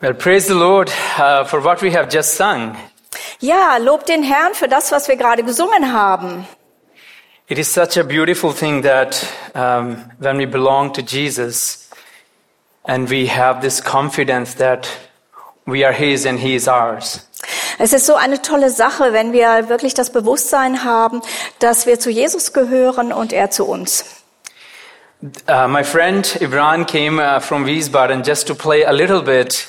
Well, praise the Lord uh, for what we have just sung. Ja, lob den Herrn für das, was wir gerade gesungen haben. It is such a beautiful thing that um, when we belong to Jesus and we have this confidence that we are His and He is ours. Es ist so eine tolle Sache, wenn wir wirklich das Bewusstsein haben, dass wir zu Jesus gehören und er zu uns. Uh, my friend Ibran came uh, from Wiesbaden just to play a little bit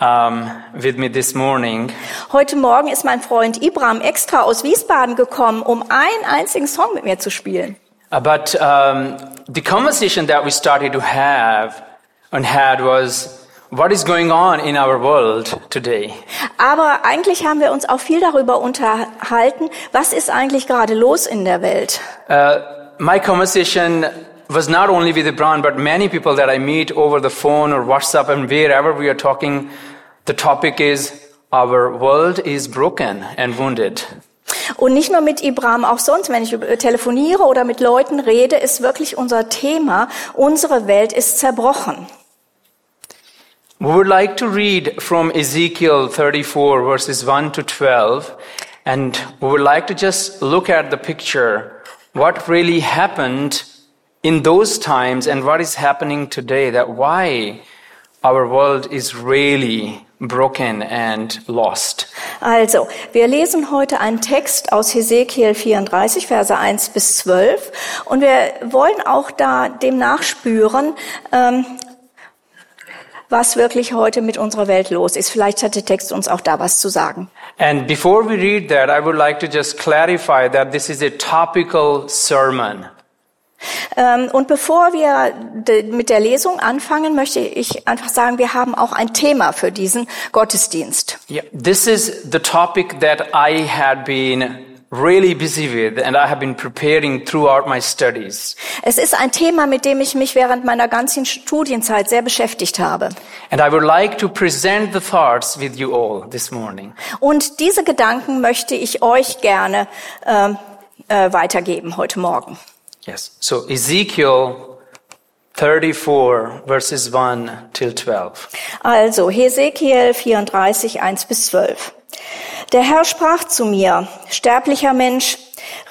um, with me this morning. Heute Morgen ist mein Freund Ibram extra aus Wiesbaden gekommen, um einen einzigen Song mit mir zu spielen. Uh, but um, the conversation that we started to have and had was what is going on in our world today. Aber eigentlich haben wir uns auch viel darüber unterhalten, was ist eigentlich gerade los in der Welt. Uh, my conversation was not only with Ibran, but many people that I meet over the phone or WhatsApp and wherever we are talking, the topic is our world is broken and wounded. Und nicht nur mit Ibram, auch sonst, wenn ich über- telefoniere oder mit Leuten rede, ist wirklich unser Thema, unsere Welt ist zerbrochen. We would like to read from Ezekiel 34 verses 1 to 12, and we would like to just look at the picture, what really happened in those times and what is happening today, that why our world is really broken and lost. Also, wir lesen heute einen Text aus Hesekiel 34, Verse 1 bis 12. Und wir wollen auch da dem nachspüren, ähm, was wirklich heute mit unserer Welt los ist. Vielleicht hat der Text uns auch da was zu sagen. And before we read that, I would like to just clarify that this is a topical sermon. Ähm, und bevor wir de- mit der Lesung anfangen, möchte ich einfach sagen, wir haben auch ein Thema für diesen Gottesdienst. Yeah, this is the topic that I had been really busy with and I have been preparing throughout my studies. Es ist ein Thema, mit dem ich mich während meiner ganzen Studienzeit sehr beschäftigt habe. And I would like to present the thoughts with you all this morning. Und diese Gedanken möchte ich euch gerne ähm, äh, weitergeben heute Morgen. Yes. So Ezekiel 34 verses 1 till 12. Also Hesekiel 34, 1 bis 12. Der Herr sprach zu mir, sterblicher Mensch,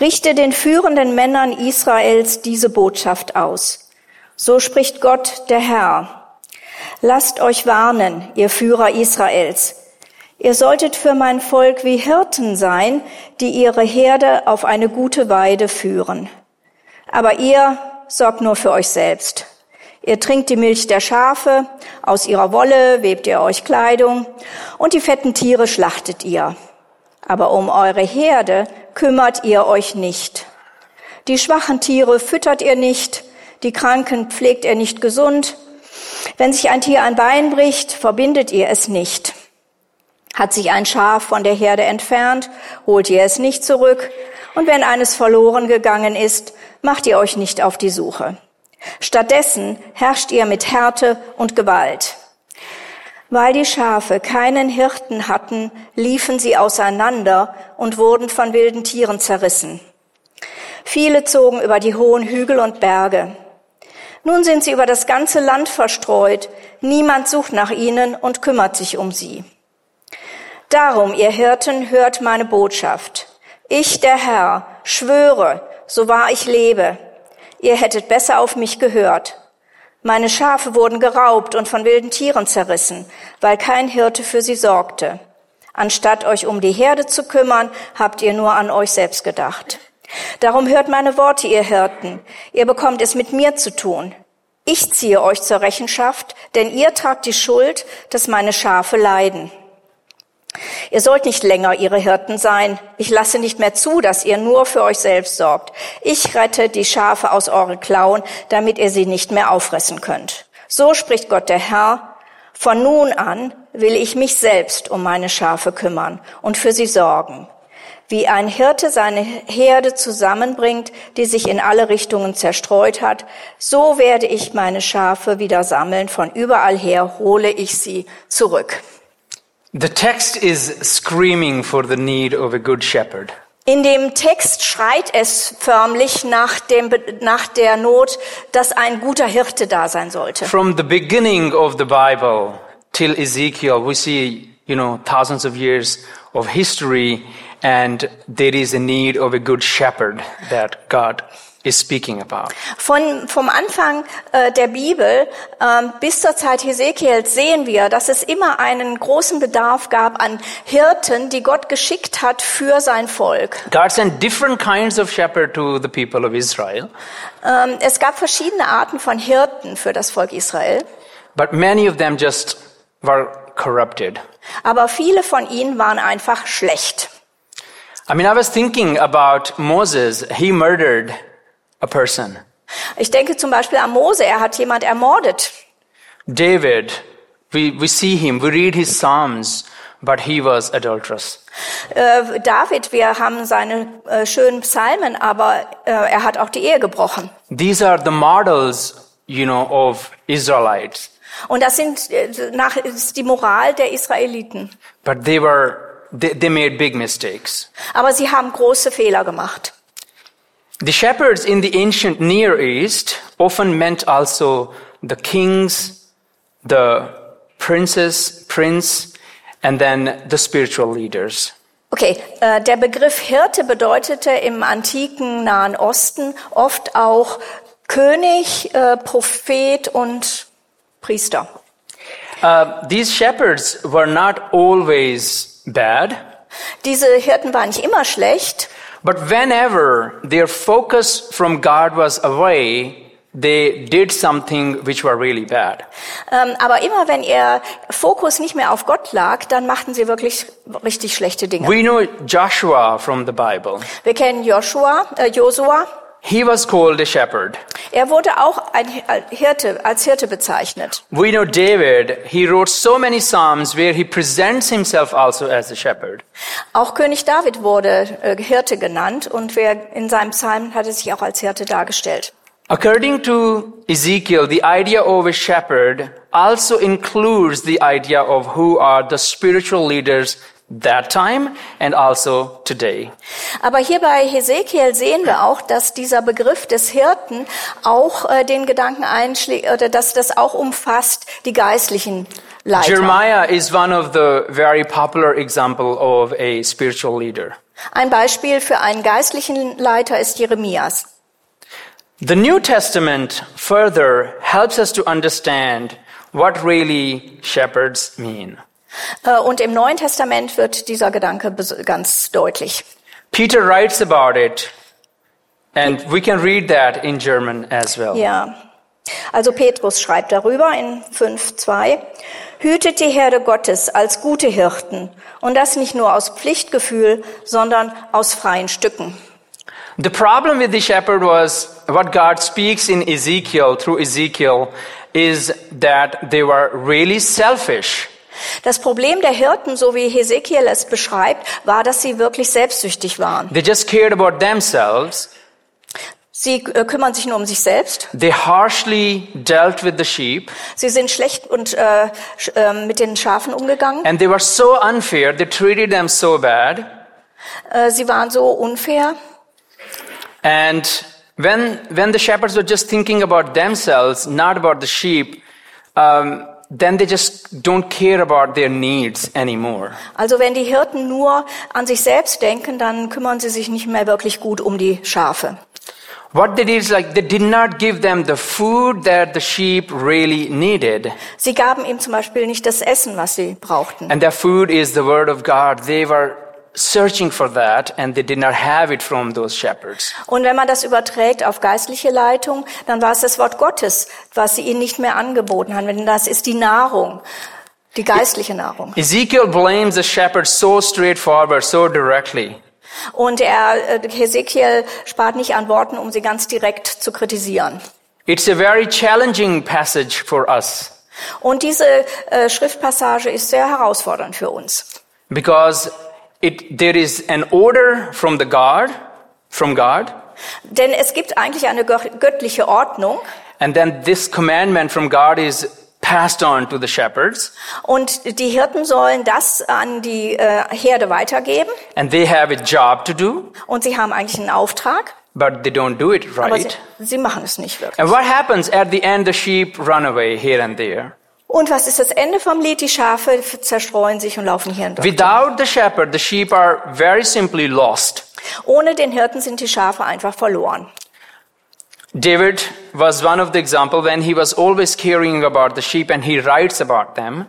richte den führenden Männern Israels diese Botschaft aus. So spricht Gott, der Herr. Lasst euch warnen, ihr Führer Israels. Ihr solltet für mein Volk wie Hirten sein, die ihre Herde auf eine gute Weide führen. Aber ihr sorgt nur für euch selbst. Ihr trinkt die Milch der Schafe, aus ihrer Wolle webt ihr euch Kleidung und die fetten Tiere schlachtet ihr. Aber um eure Herde kümmert ihr euch nicht. Die schwachen Tiere füttert ihr nicht, die Kranken pflegt ihr nicht gesund. Wenn sich ein Tier ein Bein bricht, verbindet ihr es nicht. Hat sich ein Schaf von der Herde entfernt, holt ihr es nicht zurück, und wenn eines verloren gegangen ist, macht ihr euch nicht auf die Suche. Stattdessen herrscht ihr mit Härte und Gewalt. Weil die Schafe keinen Hirten hatten, liefen sie auseinander und wurden von wilden Tieren zerrissen. Viele zogen über die hohen Hügel und Berge. Nun sind sie über das ganze Land verstreut, niemand sucht nach ihnen und kümmert sich um sie. Darum, ihr Hirten, hört meine Botschaft. Ich, der Herr, schwöre, so wahr ich lebe, ihr hättet besser auf mich gehört. Meine Schafe wurden geraubt und von wilden Tieren zerrissen, weil kein Hirte für sie sorgte. Anstatt euch um die Herde zu kümmern, habt ihr nur an euch selbst gedacht. Darum hört meine Worte, ihr Hirten, ihr bekommt es mit mir zu tun. Ich ziehe euch zur Rechenschaft, denn ihr tragt die Schuld, dass meine Schafe leiden. Ihr sollt nicht länger ihre Hirten sein. Ich lasse nicht mehr zu, dass ihr nur für euch selbst sorgt. Ich rette die Schafe aus euren Klauen, damit ihr sie nicht mehr auffressen könnt. So spricht Gott der Herr. Von nun an will ich mich selbst um meine Schafe kümmern und für sie sorgen. Wie ein Hirte seine Herde zusammenbringt, die sich in alle Richtungen zerstreut hat, so werde ich meine Schafe wieder sammeln. Von überall her hole ich sie zurück. The text is screaming for the need of a good shepherd. In dem Text schreit es förmlich nach, dem, Be- nach der Not, dass ein guter Hirte da sein sollte. From the beginning of the Bible, till Ezekiel, we see, you know, thousands of years of history, and there is a need of a good shepherd that God is speaking about. Von, vom Anfang äh, der Bibel ähm, bis zur Zeit Hesekiels sehen wir, dass es immer einen großen Bedarf gab an Hirten, die Gott geschickt hat für sein Volk. God sent different kinds of shepherd to the people of Israel, Ähm, es gab verschiedene Arten von Hirten für das Volk Israel, but many of them just were corrupted. aber viele von ihnen waren einfach schlecht. I mean, I was thinking about Moses. He murdered a person. Ich denke zum Beispiel an Mose, er hat jemand ermordet. David, we, we see him, we read his Psalms, but he was adulterous. Äh, David, wir haben seine äh, schönen Psalmen, aber äh, er hat auch die Ehe gebrochen. These are the models, you know, of Israelites, Und das sind äh, nach, ist die Moral der Israeliten. but they were, they, they made big mistakes. Aber sie haben große Fehler gemacht. The shepherds in the ancient Near East often meant also the kings, the princes, prince, and then the spiritual leaders. Okay, äh, der Begriff Hirte bedeutete im antiken Nahen Osten oft auch König, äh, Prophet und Priester. Uh, these shepherds were not always bad. Diese Hirten waren nicht immer schlecht, But whenever their focus from God was away, they did something which were really bad. ähm, aber immer wenn ihr Fokus nicht mehr auf Gott lag, dann machten sie wirklich richtig schlechte Dinge. We know Joshua from the Bible. Wir kennen Joshua, äh, Josua. He was called a shepherd. Er wurde auch ein äh, Hirte, als Hirte bezeichnet. We know David. He wrote so many Psalms where he presents himself also as a shepherd. Auch König David wurde äh, Hirte genannt und wer in seinem Psalm hat er sich auch als Hirte dargestellt. According to Ezekiel, the idea of a shepherd also includes the idea of who are the spiritual leaders that time and also today. Aber hier bei Hesekiel sehen wir auch, dass dieser Begriff des Hirten auch äh, den Gedanken einschlägt oder dass das auch umfasst die geistlichen Leiter. Jeremiah is one of the very popular example of a spiritual leader. Ein Beispiel für einen geistlichen Leiter ist Jeremias. The New Testament further helps us to understand what really shepherds mean. Äh, Und im Neuen Testament wird dieser Gedanke bes- ganz deutlich. Peter writes about it, and we can read that in German as well. Ja. Also Petrus schreibt darüber in 5.2, hütet die Herde Gottes als gute Hirten und das nicht nur aus Pflichtgefühl, sondern aus freien Stücken. The problem with the shepherd was what God speaks in Ezekiel through Ezekiel is that they were really selfish. Das Problem der Hirten, so wie Hesekiel es beschreibt, war, dass sie wirklich selbstsüchtig waren. They just cared about themselves Sie äh, kümmern sich nur um sich selbst. They harshly dealt with the sheep Sie sind schlecht und äh, sch- äh, mit den Schafen umgegangen. and they were so unfair. They treated them so bad. Äh, sie waren so unfair. And when, when the shepherds were just thinking about themselves, not about the sheep, um, then they just don't care about their needs anymore. Also wenn die Hirten nur an sich selbst denken, dann kümmern sie sich nicht mehr wirklich gut um die Schafe. What they did is like they did not give them the food that the sheep really needed. Sie gaben ihm zum Beispiel nicht das Essen, was sie brauchten. And their food is the word of God. They were searching for that and they did not have it from those shepherds. Und wenn man das überträgt auf geistliche Leitung, dann war es das Wort Gottes, was sie ihnen nicht mehr angeboten haben. Denn das ist die Nahrung, die geistliche Nahrung. Ezekiel blames the shepherd so straightforward, so directly. Und er, äh, Hesekiel spart nicht an Worten, um sie ganz direkt zu kritisieren. It's a very challenging passage for us Und diese äh, Schriftpassage ist sehr herausfordernd für uns. because it, there is an order from the God, from God, Denn es gibt eigentlich eine gö- göttliche Ordnung. and then this commandment from God is passed on to the shepherds, Und die Hirten sollen das an die äh, Herde weitergeben. and they have a job to do, Und sie haben eigentlich einen Auftrag, but they don't do it aber sie, right. sie machen es nicht wirklich. And what happens at the end? The sheep run away here and there. Und was ist das Ende vom Lied? Die Schafe zerstreuen sich und laufen hier und dort. Without the shepherd, the sheep are very simply lost. Ohne den Hirten sind die Schafe einfach verloren. David was one of the example when he was always caring about the sheep and he writes about them.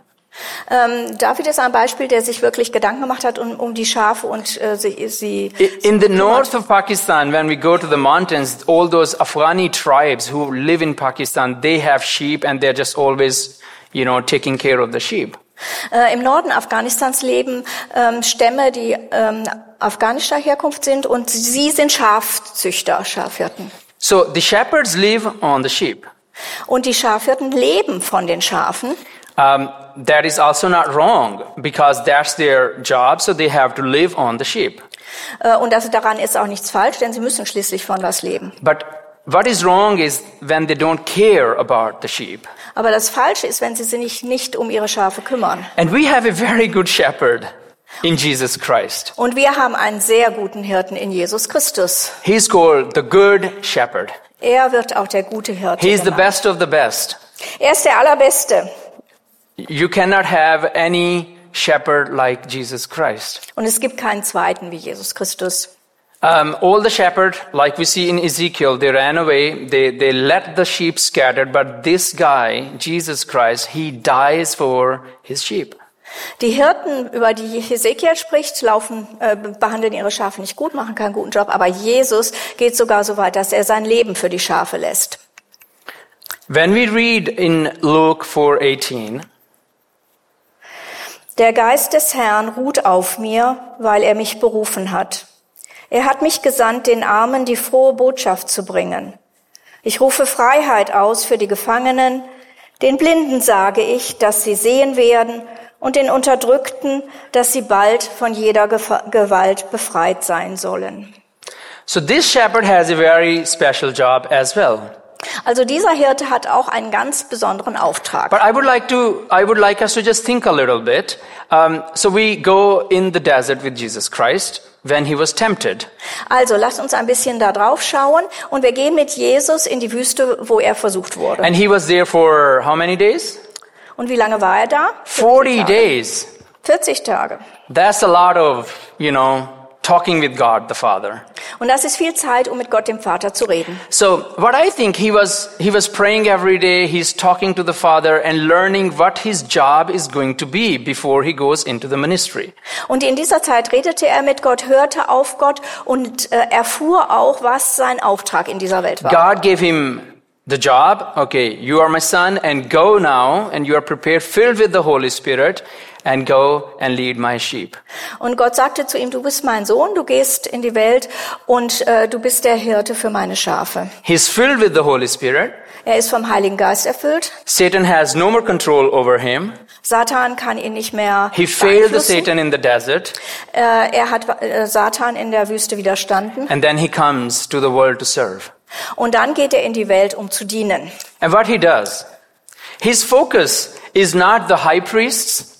Ähm, David ist ein Beispiel, der sich wirklich Gedanken gemacht hat um, um die Schafe und äh, sie, sie I- In the north of Pakistan, when we go to the mountains, all those Afghani tribes who live in Pakistan, they have sheep and they're just always, you know, taking care of the sheep. äh, im Norden Afghanistans leben ähm, Stämme, die ähm, afghanischer Herkunft sind und sie sind Schafzüchter, Schafhirten. So the shepherds live on the sheep. Und die Schafhirten leben von den Schafen. Um, that is also not wrong because that's their job, so they have to live on the sheep. Äh, Und also daran ist auch nichts falsch, denn sie müssen schließlich von was leben. But what is wrong is when they don't care about the sheep. Aber das Falsche ist, wenn sie sich nicht, nicht um ihre Schafe kümmern. And we have a very good shepherd in Jesus Christ. Und wir haben einen sehr guten Hirten in Jesus Christus. He's called the Good Shepherd. Er wird auch der gute Hirte. He is the genannt. best of the best. Er ist der Allerbeste. You cannot have any shepherd like Jesus Christ. Und es gibt keinen zweiten wie Jesus Christus. Um, all the shepherd, like we see in Ezekiel, they ran away. They, they let the sheep scatter. But this guy, Jesus Christ, he dies for his sheep. Die Hirten, über die Hesekiel spricht, laufen, äh, behandeln ihre Schafe nicht gut, machen keinen guten Job. Aber Jesus geht sogar so weit, dass er sein Leben für die Schafe lässt. When we read in Luke 4:18, Der Geist des Herrn ruht auf mir, weil er mich berufen hat. Er hat mich gesandt, den Armen die frohe Botschaft zu bringen. Ich rufe Freiheit aus für die Gefangenen, den Blinden sage ich, dass sie sehen werden, und den Unterdrückten, dass sie bald von jeder Gefa- Gewalt befreit sein sollen. so this shepherd has a very special job as well. Also dieser Hirte hat auch einen ganz besonderen Auftrag. But I would like to, I would like us to just think a little bit. Um, so we go in the desert with Jesus Christ when he was tempted. Also lasst uns ein bisschen da drauf schauen und wir gehen mit Jesus in die Wüste, wo er versucht wurde. And he was there for how many days? Und wie lange war er da? 40 days. 40 Tage. That's a lot of, you know, talking with God the Father. Und das ist viel Zeit, um mit Gott dem Vater zu reden. So what I think he was, he was praying every day. He's talking to the Father and learning what his job is going to be before he goes into the ministry. Und in dieser Zeit redete er mit Gott, hörte auf Gott und äh, erfuhr auch, was sein Auftrag in dieser Welt war. God gave him the job. Okay, you are my son, and go now, and you are prepared, filled with the Holy Spirit, and go and lead my sheep. Und Gott sagte zu ihm, du bist mein Sohn, du gehst in die Welt und äh, du bist der Hirte für meine Schafe. He's filled with the Holy Spirit. Er ist vom Heiligen Geist erfüllt. Satan has no more control over him. Satan kann ihn nicht mehr He failed the beeinflussen. Satan in the desert, Äh, er hat äh, Satan in der Wüste widerstanden. and then he comes to the world to serve. Und dann geht er in die Welt, um zu dienen. And what he does, his focus is not the high priests,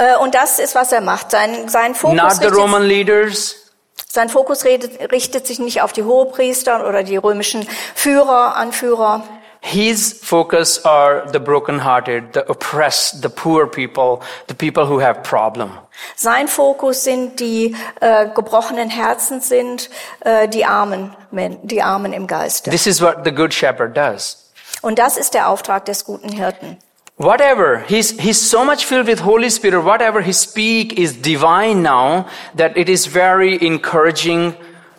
Äh, Und das ist, was er macht. Sein, sein, Fokus, not the richtet, Roman leaders, sein Fokus redet, richtet sich nicht auf die Hohepriester oder die römischen Führer, Anführer. His focus are the brokenhearted, the oppressed, the poor people, the people who have problem. Sein Fokus sind die äh, gebrochenen Herzen, sind äh, die Armen, Men- die Armen im Geiste. This is what the good shepherd does. Und das ist der Auftrag des guten Hirten. Whatever, he's, he's so much filled with Holy Spirit, whatever he speak is divine now that it is very encouraging,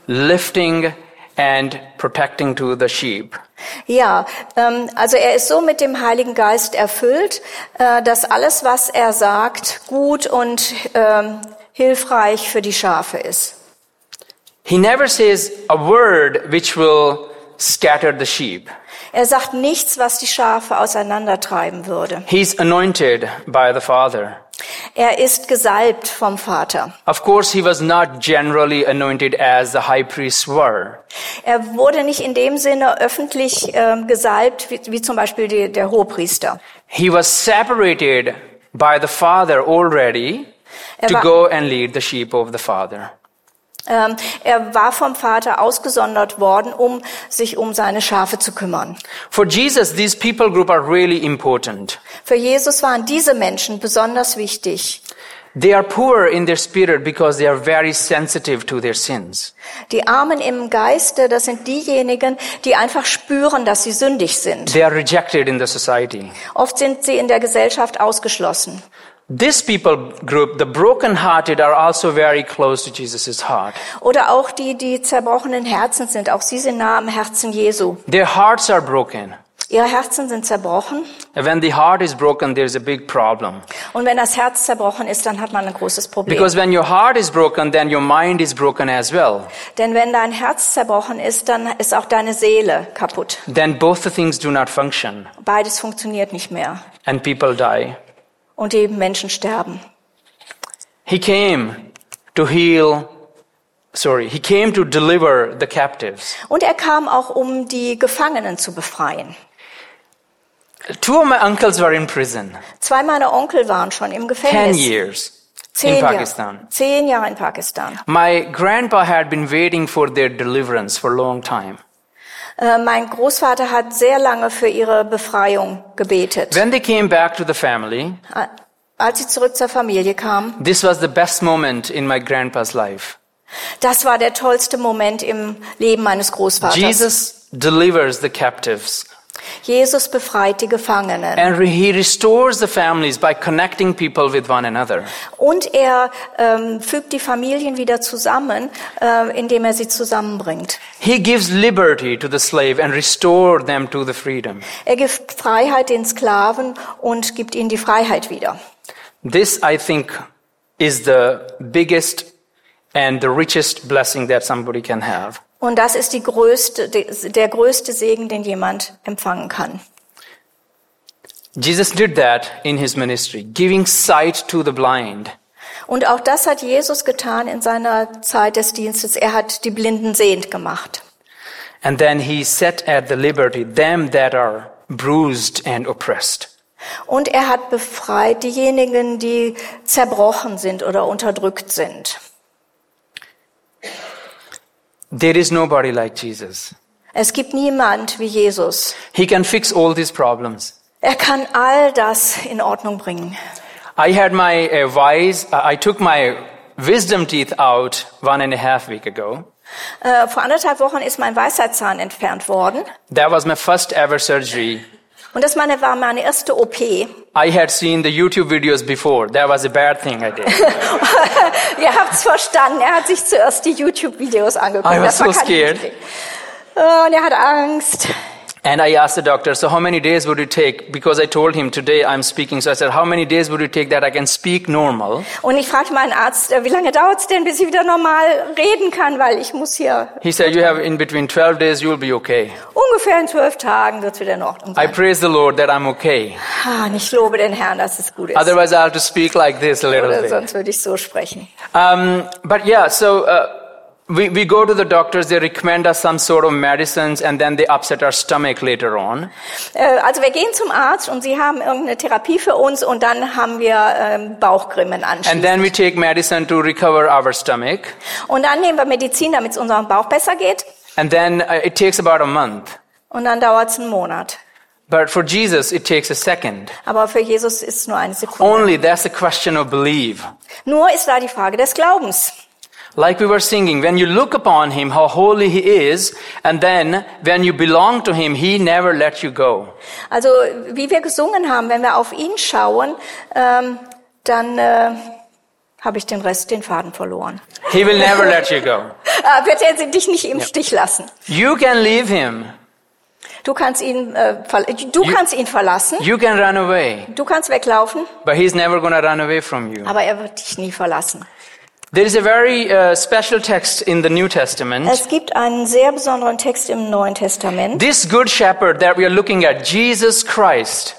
lifting, and protecting to the sheep. Ja, ähm, also er ist so mit dem Heiligen Geist erfüllt, äh, dass alles, was er sagt, gut und ähm, hilfreich für die Schafe ist. He never says a word which will scatter the sheep. Er sagt nichts, was die Schafe auseinandertreiben würde. He's anointed by the Father. Er ist gesalbt vom Vater. Of course, he was not generally anointed as the high priests were. Er wurde nicht in dem Sinne öffentlich ähm, gesalbt, wie, wie zum Beispiel die, der Hohepriester. He was separated by the Father already to Er war- go and lead the sheep of the Father. Ähm, er war vom Vater ausgesondert worden, um sich um seine Schafe zu kümmern. For Jesus, these people group are really important. Für Jesus waren diese Menschen besonders wichtig. They are poor in their spirit because they are very sensitive to their sins. Die Armen im Geiste, das sind diejenigen, die einfach spüren, dass sie sündig sind. They are rejected in the society. Oft sind sie in der Gesellschaft ausgeschlossen. This people group, the broken-hearted, are also very close to Jesus' heart. Oder auch die, die zerbrochenen Herzen sind. Auch sie sind nah am Herzen Jesu. Their hearts are broken. Ihre Herzen sind zerbrochen. And when the heart is broken, there is a big problem. Und wenn das Herz zerbrochen ist, dann hat man ein großes Problem. Because when your heart is broken, then your mind is broken as well. Denn wenn dein Herz zerbrochen ist, dann ist auch deine Seele kaputt. Then both the things do not function, Beides funktioniert nicht mehr. and people die. Und die Menschen sterben. He came to heal, sorry, he came to deliver the captives. Und er kam auch, um die Gefangenen zu befreien. Two of my uncles were in prison, Zwei meiner Onkel waren schon im 10 Gefängnis. years Zehn in Jahre. Pakistan. Zehn Jahre in Pakistan. My grandpa had been waiting for their deliverance for a long time. Äh, mein Großvater hat sehr lange für ihre Befreiung gebetet. When they came back to the family, Äh, Als sie zurück zur Familie kamen, this was the best moment in my grandpa's life. das war der tollste Moment im Leben meines Großvaters. Jesus delivers the captives Jesus befreit die Gefangenen. and re- he restores the families by connecting people with one another. Und er ähm, fügt die Familien wieder zusammen, äh, indem er sie zusammenbringt. He gives liberty to the slave and restore them to the freedom. Er gibt Freiheit den Sklaven und gibt ihnen die Freiheit wieder. This, I think, is the biggest and the richest blessing that somebody can have. Und das ist die größte, die- der größte Segen, den jemand empfangen kann. Jesus did that in his ministry, giving sight to the blind. Und auch das hat Jesus getan in seiner Zeit des Dienstes. Er hat die Blinden sehend gemacht. And then he set at the liberty them that are bruised and oppressed. Und er hat befreit diejenigen, die zerbrochen sind oder unterdrückt sind. There is nobody like Jesus. Es gibt niemand wie Jesus. He can fix all these problems. Er kann all das in Ordnung bringen. I had my uh, wise, I took my wisdom teeth out one and a half week ago. Äh, vor anderthalb Wochen ist mein Weisheitszahn entfernt worden. That was my first ever surgery. Und das meine, war meine erste OP. I had seen the YouTube videos before. That was a bad thing I did. Ihr habt's verstanden. Er hat sich zuerst die YouTube-Videos angeguckt. I Ah, was Das war so keine scared. gute Idee. Äh, Und er hat Angst. And I asked the doctor, so how many days would it take? Because I told him today I'm speaking. So I said, how many days would it take that I can speak normal? Und ich fragte meinen Arzt, äh, wie lange dauert's denn, bis ich wieder normal reden kann, weil ich muss hier He said, you have in between 12 days, you'll be okay. ungefähr in zwölf Tagen wird's wieder in Ordnung I sein. praise the Lord that I'm okay. Ah, und ich lobe den Herrn, dass es gut ist. Otherwise, I'll have to speak like this a little Oder bit. sonst würde ich so sprechen. Um, but yeah, so uh, we, we go to the doctors, they recommend us some sort of medicines, and then they upset our stomach later on. Äh, Also wir gehen zum Arzt und sie haben irgendeine Therapie für uns und dann haben wir ähm, Bauchgrimmen And anschließend. then we take medicine to recover our stomach. Und dann nehmen wir Medizin, damit es unserem Bauch besser geht. And then uh, it takes about a month. Und dann dauert es einen Monat. But for Jesus, it takes a second. Aber für Jesus ist es nur eine Sekunde. Only that's a question of belief. Nur ist da die Frage des Glaubens. Like we were singing, when you look upon him, how holy he is, and then when you belong to him, he never lets you go. Also wie wir gesungen haben, wenn wir auf ihn schauen, ähm, dann äh, habe ich den Rest, den Faden verloren. He will never let you go. Äh, wird er dich nicht im Stich lassen. You can leave him. Du kannst ihn, äh, verl- du kannst ihn verlassen. You can run away, Du kannst weglaufen, but he's never going to run away from you. aber er wird dich nie verlassen. There is a very uh, special text in the New Testament. Es gibt einen sehr besonderen Text im Neuen Testament. This good shepherd that we are looking at, Jesus Christ,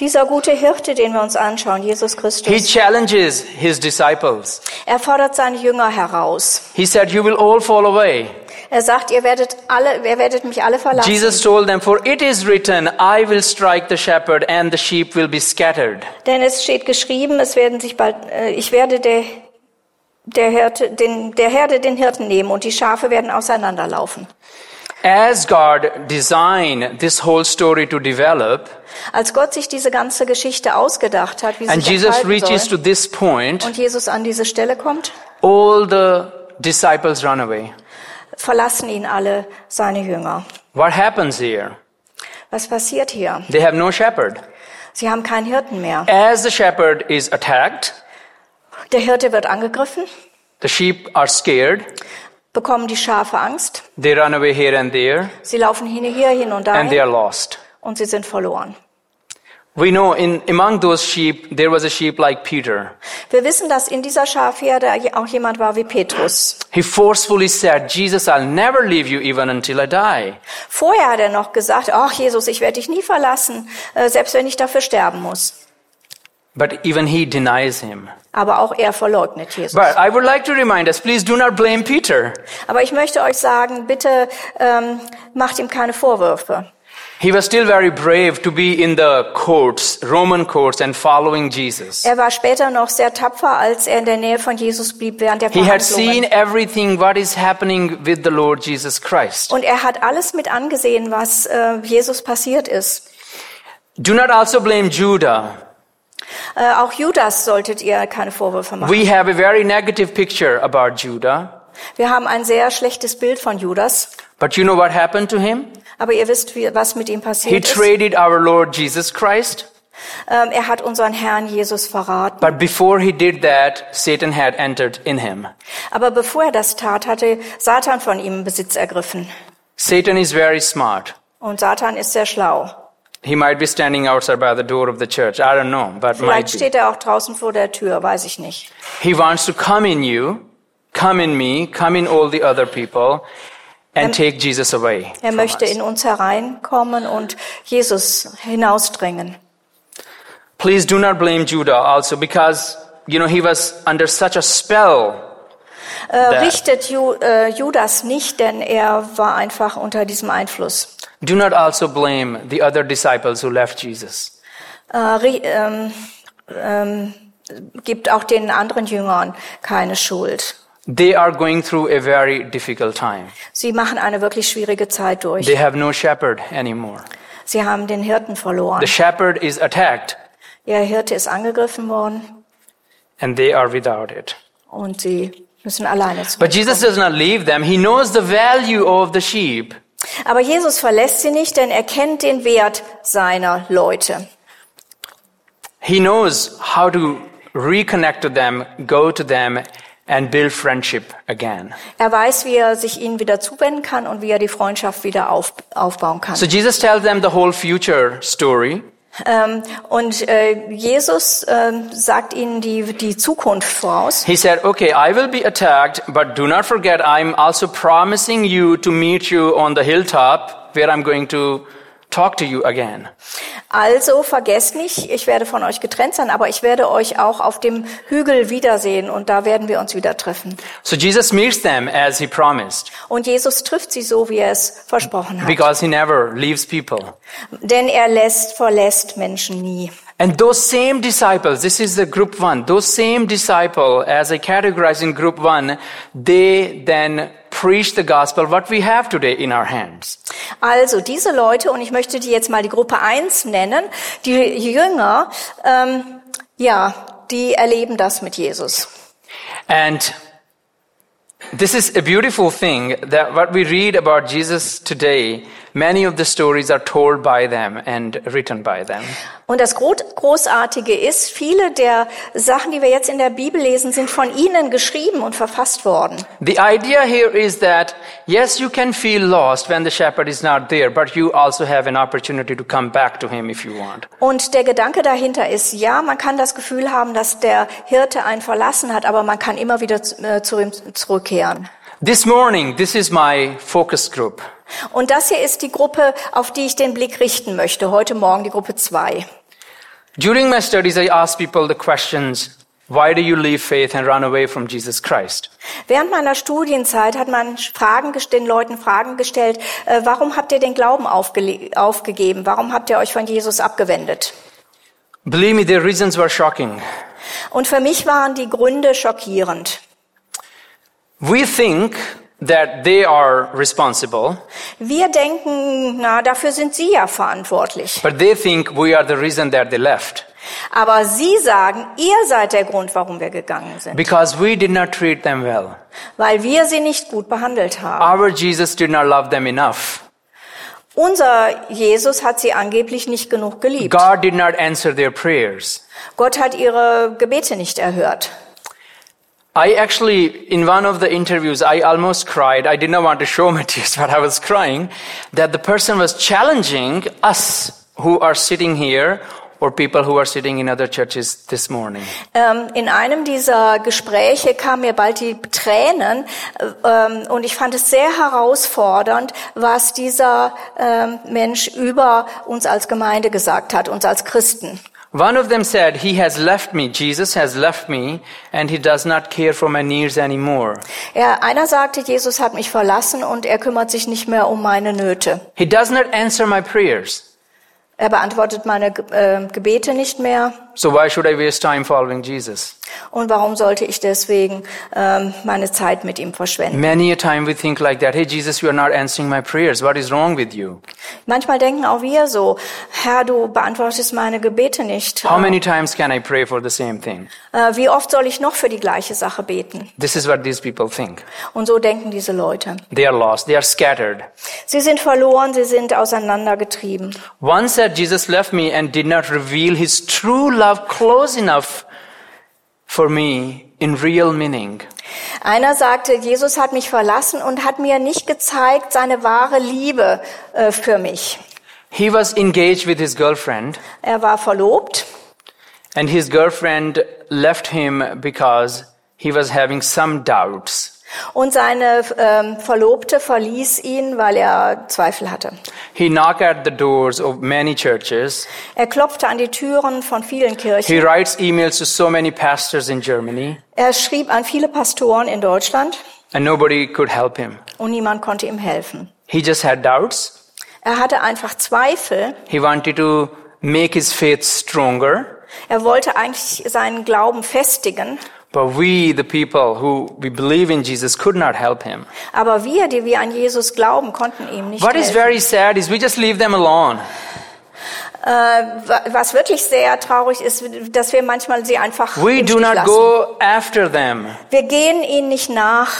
Dieser gute Hirte, den wir uns anschauen, Jesus he Christus, challenges his disciples. er fordert seine Jünger heraus. He said, You will all fall away. Er sagt, ihr werdet alle, ihr werdet mich alle verlassen. Jesus told them, For it is written, I will strike the shepherd, and the sheep will be scattered. Denn es steht geschrieben, es werden sich bald, äh, ich werde der, der, Hirte, den, der Herde den Hirten nehmen und die Schafe werden auseinanderlaufen. As God designed this whole story to develop, Als Gott sich diese ganze Geschichte ausgedacht hat, wie sie and sich Jesus entfalten reaches to soll, this point, und Jesus an diese Stelle kommt, all the disciples run away. verlassen ihn alle seine Jünger. What happens here? Was passiert hier? They have no shepherd. Sie haben keinen Hirten mehr. As the shepherd is attacked, Der Hirte wird angegriffen, the sheep are scared. bekommen die Schafe Angst, They run away here and there, sie laufen hin, hier hin und and they dahin are lost. und sie sind verloren. We know in among those sheep there was a sheep like Peter. Wir wissen, dass in dieser Schafherde auch jemand war wie Petrus. He forcefully said, "Jesus, I'll never leave you even until I die." Vorher hat er noch gesagt, ach Jesus, ich werde dich nie verlassen, äh, selbst wenn ich dafür sterben muss. But even he denies him. Aber auch er verleugnet Jesus. But I would like to remind us, please do not blame Peter. Aber ich möchte euch sagen, bitte ähm, macht ihm keine Vorwürfe. He was still very brave to be in the courts, Roman courts, and following Jesus. Er war später noch sehr tapfer, als er in der Nähe von Jesus blieb während der He had Verhandlungen. seen everything what is happening with the Lord Jesus Christ. Und er hat alles mit angesehen, was äh, Jesus passiert ist. Do not also blame Judah. Äh, auch Judas solltet ihr keine Vorwürfe machen. We have a very negative picture about Judah. Wir haben ein sehr schlechtes Bild von Judas, But you know what happened to him? aber ihr wisst, wie, was mit ihm He passiert ist. traded our Lord Jesus Christ. Ähm, er hat unseren Herrn Jesus verraten. But before he did that, Satan had entered in him. Aber bevor er das tat, hatte Satan von ihm Besitz ergriffen. Satan is very smart. Und Satan ist sehr schlau. He might be standing outside by the door of the church. I don't know, but Vielleicht might be. steht er auch draußen vor der Tür, weiß ich nicht. He wants to come in you, come in me, come in all the other people, and take Jesus away. Er from möchte us. in uns hereinkommen und Jesus hinausdrängen. Please do not blame Judah also because, you know, he was under such a spell. Äh, richtet Ju, äh, Judas nicht, denn er war einfach unter diesem Einfluss. Do not also blame the other disciples who left Jesus. Äh, ri- ähm, ähm, gibt auch den anderen Jüngern keine Schuld. They are going through a very difficult time. Sie machen eine wirklich schwierige Zeit durch. They have no shepherd anymore. Sie haben den Hirten verloren. The shepherd is attacked Ihr Hirte ist angegriffen worden. and they are without it. und sie müssen alleine zurück. But Jesus does not leave them. He knows the value of the sheep. Aber Jesus verlässt sie nicht, denn er kennt den Wert seiner Leute. He knows how to reconnect to them, go to them, and build friendship again. Er weiß, wie er sich ihnen wieder zuwenden kann und wie er die Freundschaft wieder auf, aufbauen kann. So Jesus tells them the whole future story. ähm, und äh, Jesus ähm, sagt ihnen die, die Zukunft voraus. He said, Okay, I will be attacked, but do not forget, I'm also promising you to meet you on the hilltop where I'm going to talk to you again. Also vergesst nicht, ich werde von euch getrennt sein, aber ich werde euch auch auf dem Hügel wiedersehen und da werden wir uns wieder treffen. So Jesus meets them as he promised Und Jesus trifft sie so, wie er es versprochen hat. because he never leaves people. Denn er lässt, verlässt Menschen nie. And those same disciples, this is the group one, those same disciple, as I categorize in group one, they then preach the gospel, what we have today in our hands. Also diese Leute, und ich möchte die jetzt mal die Gruppe 1 nennen, die Jünger, ähm, ja, die erleben das mit Jesus. And this is a beautiful thing that what we read about Jesus today, many of the stories are told by them and written by them. Und das Gro- Großartige ist, viele der Sachen, die wir jetzt in der Bibel lesen, sind von ihnen geschrieben und verfasst worden. The idea here is that, yes, you can feel lost when the shepherd is not there, but you also have an opportunity to come back to him if you want. Und der Gedanke dahinter ist, ja, man kann das Gefühl haben, dass der Hirte einen verlassen hat, aber man kann immer wieder zu, äh, zu ihm zurückkehren. This morning, this is my focus group. Und das hier ist die Gruppe, auf die ich den Blick richten möchte, heute Morgen die Gruppe 2. During my studies, I asked people the questions why do you leave faith and run away from Jesus Christ? Während meiner Studienzeit hat man Fragen gest- den Leuten Fragen gestellt, äh, warum habt ihr den Glauben aufgele- aufgegeben? Warum habt ihr euch von Jesus abgewendet? Believe me, their reasons were shocking. Und für mich waren die Gründe schockierend. We think that they are responsible, Wir denken, na, dafür sind Sie ja verantwortlich. but they think we are the reason that they left Aber Sie sagen, ihr seid der Grund, warum wir gegangen sind, because we did not treat them well. weil wir Sie nicht gut behandelt haben. Our Jesus did not love them enough. Unser Jesus hat Sie angeblich nicht genug geliebt. God did not answer their prayers. Gott hat Ihre Gebete nicht erhört. I actually, in one of the interviews, I almost cried. I did not want to show my tears, but I was crying that the person was challenging us who are sitting here or people who are sitting in other churches this morning. Ähm, in einem dieser Gespräche kamen mir bald die Tränen äh, ähm, und ich fand es sehr herausfordernd, was dieser ähm, Mensch über uns als Gemeinde gesagt hat, uns als Christen. One of them said, He has left me, Jesus has left me, and He does not care for my needs anymore. Er, einer sagte, Jesus hat mich verlassen und er kümmert sich nicht mehr um meine Nöte. He does not answer my prayers. Er beantwortet meine Ge- äh, Gebete nicht mehr. So why should I waste time following Jesus? Und warum sollte ich deswegen ähm, meine Zeit mit ihm verschwenden? Many a time we think like that. Hey, Jesus, you are not answering my prayers. What is wrong with you? Manchmal denken auch wir so, Herr, du beantwortest meine Gebete nicht. How many times can I pray for the same thing? Äh, wie oft soll ich noch für die gleiche Sache beten? This is what these people think. Und so denken diese Leute. They are lost. They are scattered. Sie sind verloren, sie sind auseinandergetrieben. One said, Jesus left me and did not reveal his true love close enough for me in real meaning. Einer sagte, Jesus hat mich verlassen und hat mir nicht gezeigt seine wahre Liebe äh, für mich. He was engaged with his girlfriend Er war verlobt and his girlfriend left him because he was having some doubts. und seine ähm, Verlobte verließ ihn, weil er Zweifel hatte. He knocked at the doors of many churches. Er klopfte an die Türen von vielen Kirchen. He writes emails to so many pastors in Germany Er schrieb an viele Pastoren in Deutschland and nobody could help him. und niemand konnte ihm helfen. He just had doubts. Er hatte einfach Zweifel. He wanted to make his faith stronger. Er wollte eigentlich seinen Glauben festigen. But we, the people who we believe in Jesus, could not help him. Aber wir, die wir an Jesus glauben, konnten ihm nicht What is helfen. very sad is we just leave them alone. Äh, wa- was wirklich sehr traurig ist, dass wir manchmal sie einfach We im do Stich not lassen. go after them. Wir gehen ihnen nicht nach.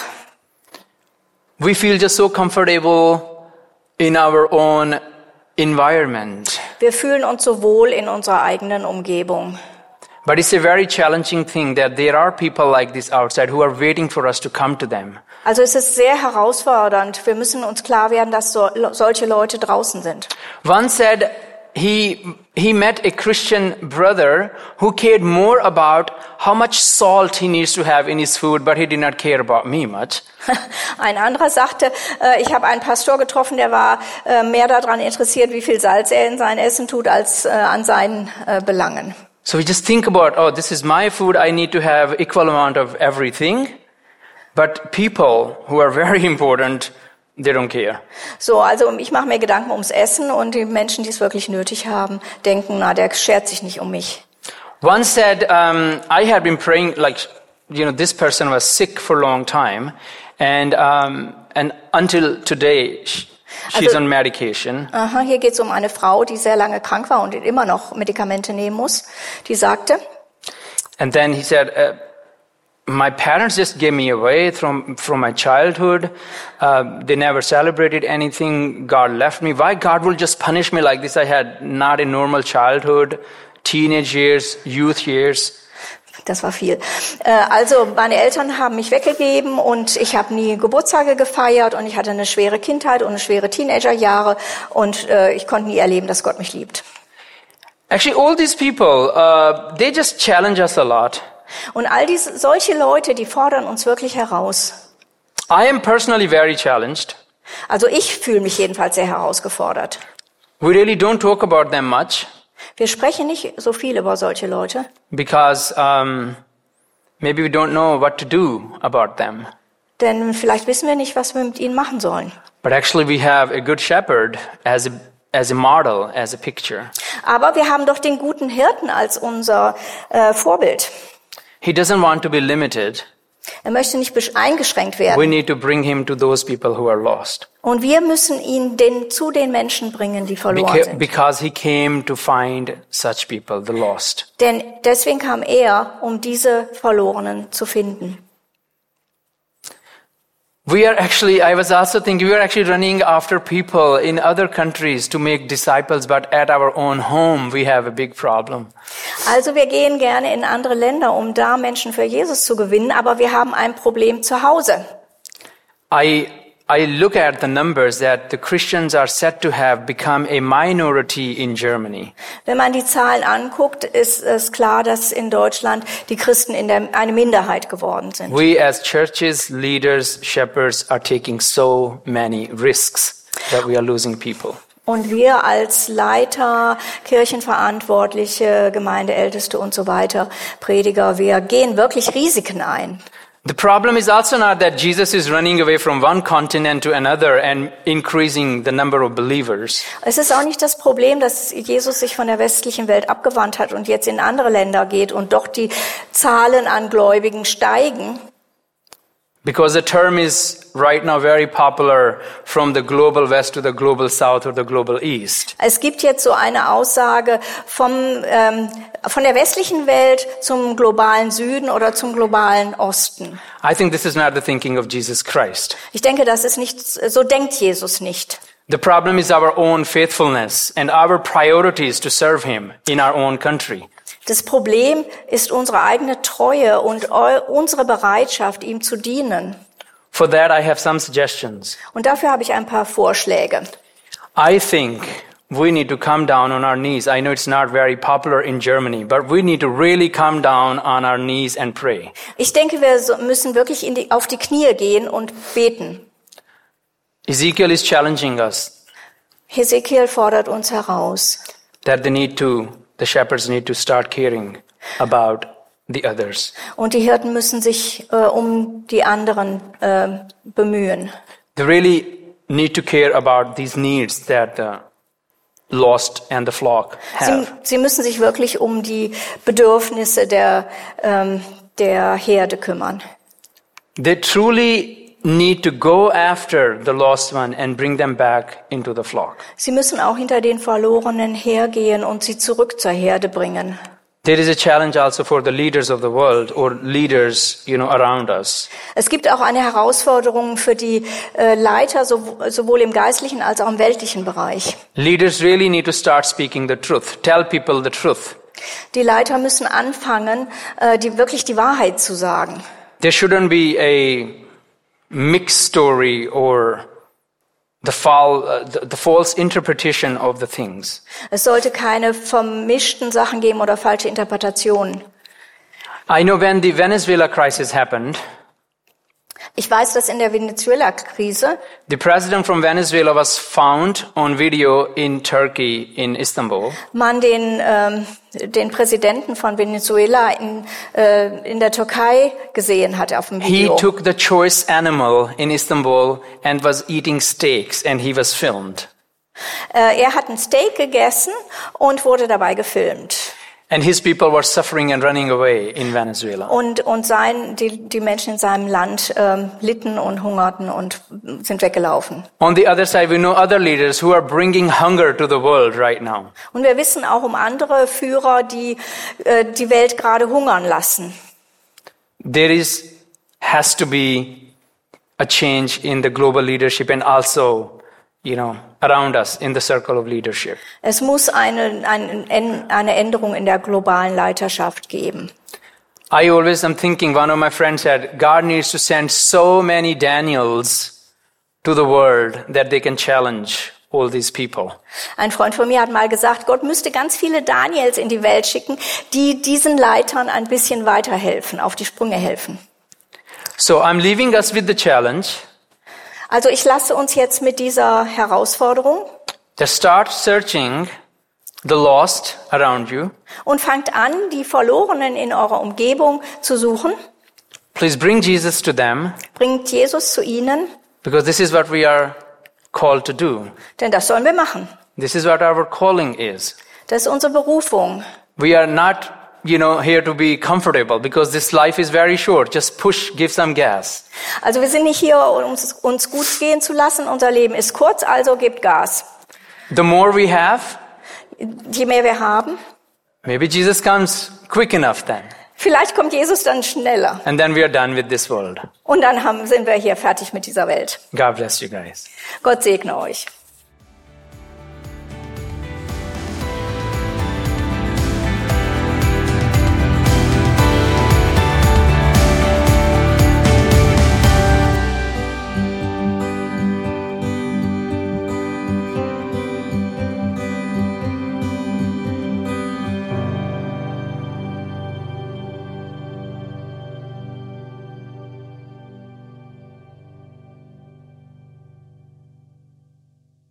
We feel just so comfortable in our own environment. Wir fühlen uns so wohl in unserer eigenen Umgebung. But it's a very challenging thing that there are people like this outside who are waiting for us to come to them. Also es ist sehr herausfordernd. Wir müssen uns klar werden, dass so, solche Leute draußen sind. One said he, he met a Christian brother who cared more about how much salt he needs to have in his food, but he did not care about me much. Ein anderer sagte, äh, ich habe einen Pastor getroffen, der war äh, mehr daran interessiert, wie viel Salz er in sein Essen tut, als äh, an seinen äh, Belangen. So we just think about, oh, this is my food. I need to have equal amount of everything. But people who are very important, they don't care. So, also ich mache mir Gedanken ums Essen und die Menschen, die es wirklich nötig haben, denken, na, der schert sich nicht um mich. One said, um, I had been praying, like, you know, this person was sick for a long time. And, um, and until today, sh she's Also- on medication. Aha, hier geht es um eine Frau, die sehr lange krank war und immer noch Medikamente nehmen muss. Die sagte, And then he said, uh, My parents just gave me away from, from my childhood. Uh, they never celebrated anything. God left me. Why God will just punish me like this? I had not a normal childhood, teenage years, youth years. das war viel. Äh, also meine Eltern haben mich weggegeben und ich habe nie Geburtstage gefeiert und ich hatte eine schwere Kindheit und eine schwere Teenagerjahre und äh, ich konnte nie erleben, dass Gott mich liebt. Actually, all these people, uh, they just challenge us a lot. Und all diese solche Leute, die fordern uns wirklich heraus. I am personally very challenged. Also ich fühle mich jedenfalls sehr herausgefordert. We really don't talk about them much Wir sprechen nicht so viel über solche Leute, because um, maybe we don't know what to do about them. denn vielleicht wissen wir nicht, was wir mit ihnen machen sollen. But actually, we have a good shepherd as a, as a model, as a picture. Aber wir haben doch den guten Hirten als unser äh, Vorbild. He doesn't want to be limited. Er möchte nicht besch- eingeschränkt werden. We need to bring him to those people who are lost Und wir müssen ihn den, zu den Menschen bringen, die verloren Beca- sind. because he came to find such people, the lost. Denn deswegen kam er, um diese Verlorenen zu finden. We are actually, I was also thinking, we are actually running after people in other countries to make disciples, but at our own home, we have a big problem. Also wir gehen gerne in andere Länder, um da Menschen für Jesus zu gewinnen, aber wir haben ein Problem zu Hause. I, I look at the numbers that the Christians are said to have become a minority in Germany. Wenn man die Zahlen anguckt, ist es klar, dass in Deutschland die Christen in der, eine Minderheit geworden sind. We as churches, leaders, shepherds are taking so many risks that we are losing people. Und wir als Leiter, Kirchenverantwortliche, Gemeindeälteste und so weiter, Prediger, wir gehen wirklich Risiken ein. The problem is also not that Jesus is running away from one continent to another and increasing the number of believers. Es ist auch nicht das Problem, dass Jesus sich von der westlichen Welt abgewandt hat und jetzt in andere Länder geht und doch die Zahlen an Gläubigen steigen. Because the term is right now very popular from the global west to the global south or the global east. Es gibt jetzt so eine Aussage vom, ähm, von der westlichen Welt zum globalen Süden oder zum globalen Osten. I think this is not the thinking of Jesus Christ. Ich denke, das ist nicht, so denkt Jesus nicht. The problem is our own faithfulness and our priorities to serve Him in our own country. Das Problem ist unsere eigene Treue und eu- unsere Bereitschaft, ihm zu dienen. For that, I have some suggestions. Und dafür habe ich ein paar Vorschläge. I think we need to come down on our knees. I know it's not very popular in Germany, but we need to really come down on our knees and pray. Ich denke, wir so- müssen wirklich in die, auf die Knie gehen und beten. Ezekiel is challenging us Hesekiel fordert uns heraus. that they need to, the shepherds need to start caring about the others. Und die Hirten müssen sich äh, um die anderen äh, bemühen. They really need to care about these needs that the lost and the flock Sie, have. sie müssen sich wirklich um die Bedürfnisse der, ähm, der Herde kümmern. They truly need to go after the lost one and bring them back into the flock. Sie müssen auch hinter den Verlorenen hergehen und sie zurück zur Herde bringen. There is a challenge also for the leaders of the world or leaders, you know, around us. Es gibt auch eine Herausforderung für die äh, Leiter sow- sowohl im geistlichen als auch im weltlichen Bereich. Leaders really need to start speaking the truth. Tell people the truth. Die Leiter müssen anfangen, äh, die, wirklich die Wahrheit zu sagen. There shouldn't be a mixed story or the, fal- uh, the, the false interpretation of the things. Es sollte keine vermischten Sachen geben oder falsche Interpretationen. I know when the Venezuela crisis happened, Ich weiß, dass in der Venezuela-Krise the president from Venezuela was found on video in Turkey, in Istanbul. man den, ähm, den Präsidenten von Venezuela in, äh, in der Türkei gesehen hat auf dem He Video. took the choice animal in Istanbul and was eating steaks and he was filmed. Äh, er hat ein Steak gegessen und wurde dabei gefilmt. And his people were suffering and running away in Venezuela. Und, und sein, die, die Menschen in seinem Land ähm, litten und hungerten und sind weggelaufen. On the other side, we know other leaders who are bringing hunger to the world right now. Und wir wissen auch um andere Führer, die äh, die Welt gerade hungern lassen. There is, has to be a change in the global leadership and also, you know, around us in the circle of leadership. Es muss eine, eine, eine Änderung in der globalen Leiterschaft geben. I always am thinking, one of my friends said, God needs to send so many Daniels to the world that they can challenge all these people. Ein Freund von mir hat mal gesagt, Gott müsste ganz viele Daniels in die Welt schicken, die diesen Leitern ein bisschen weiterhelfen, auf die Sprünge helfen. So I'm leaving us with the challenge Also ich lasse uns jetzt mit dieser Herausforderung to start searching the lost around you. und fangt an, die Verlorenen in eurer Umgebung zu suchen. Please bring Jesus to them Bringt Jesus zu ihnen, because this is what we are called to do. denn das sollen wir machen. This is what our calling is. Das ist unsere Berufung. We are not you know, here to be comfortable because this life is very short. Just push, give some gas. Also wir sind nicht hier, um uns, uns gut gehen zu lassen. Unser Leben ist kurz, also gebt Gas. The more we have, Je mehr wir haben, maybe Jesus comes quick enough then. vielleicht kommt Jesus dann schneller. And then we are done with this world. Und dann haben, sind wir hier fertig mit dieser Welt. God bless you guys. Gott segne euch.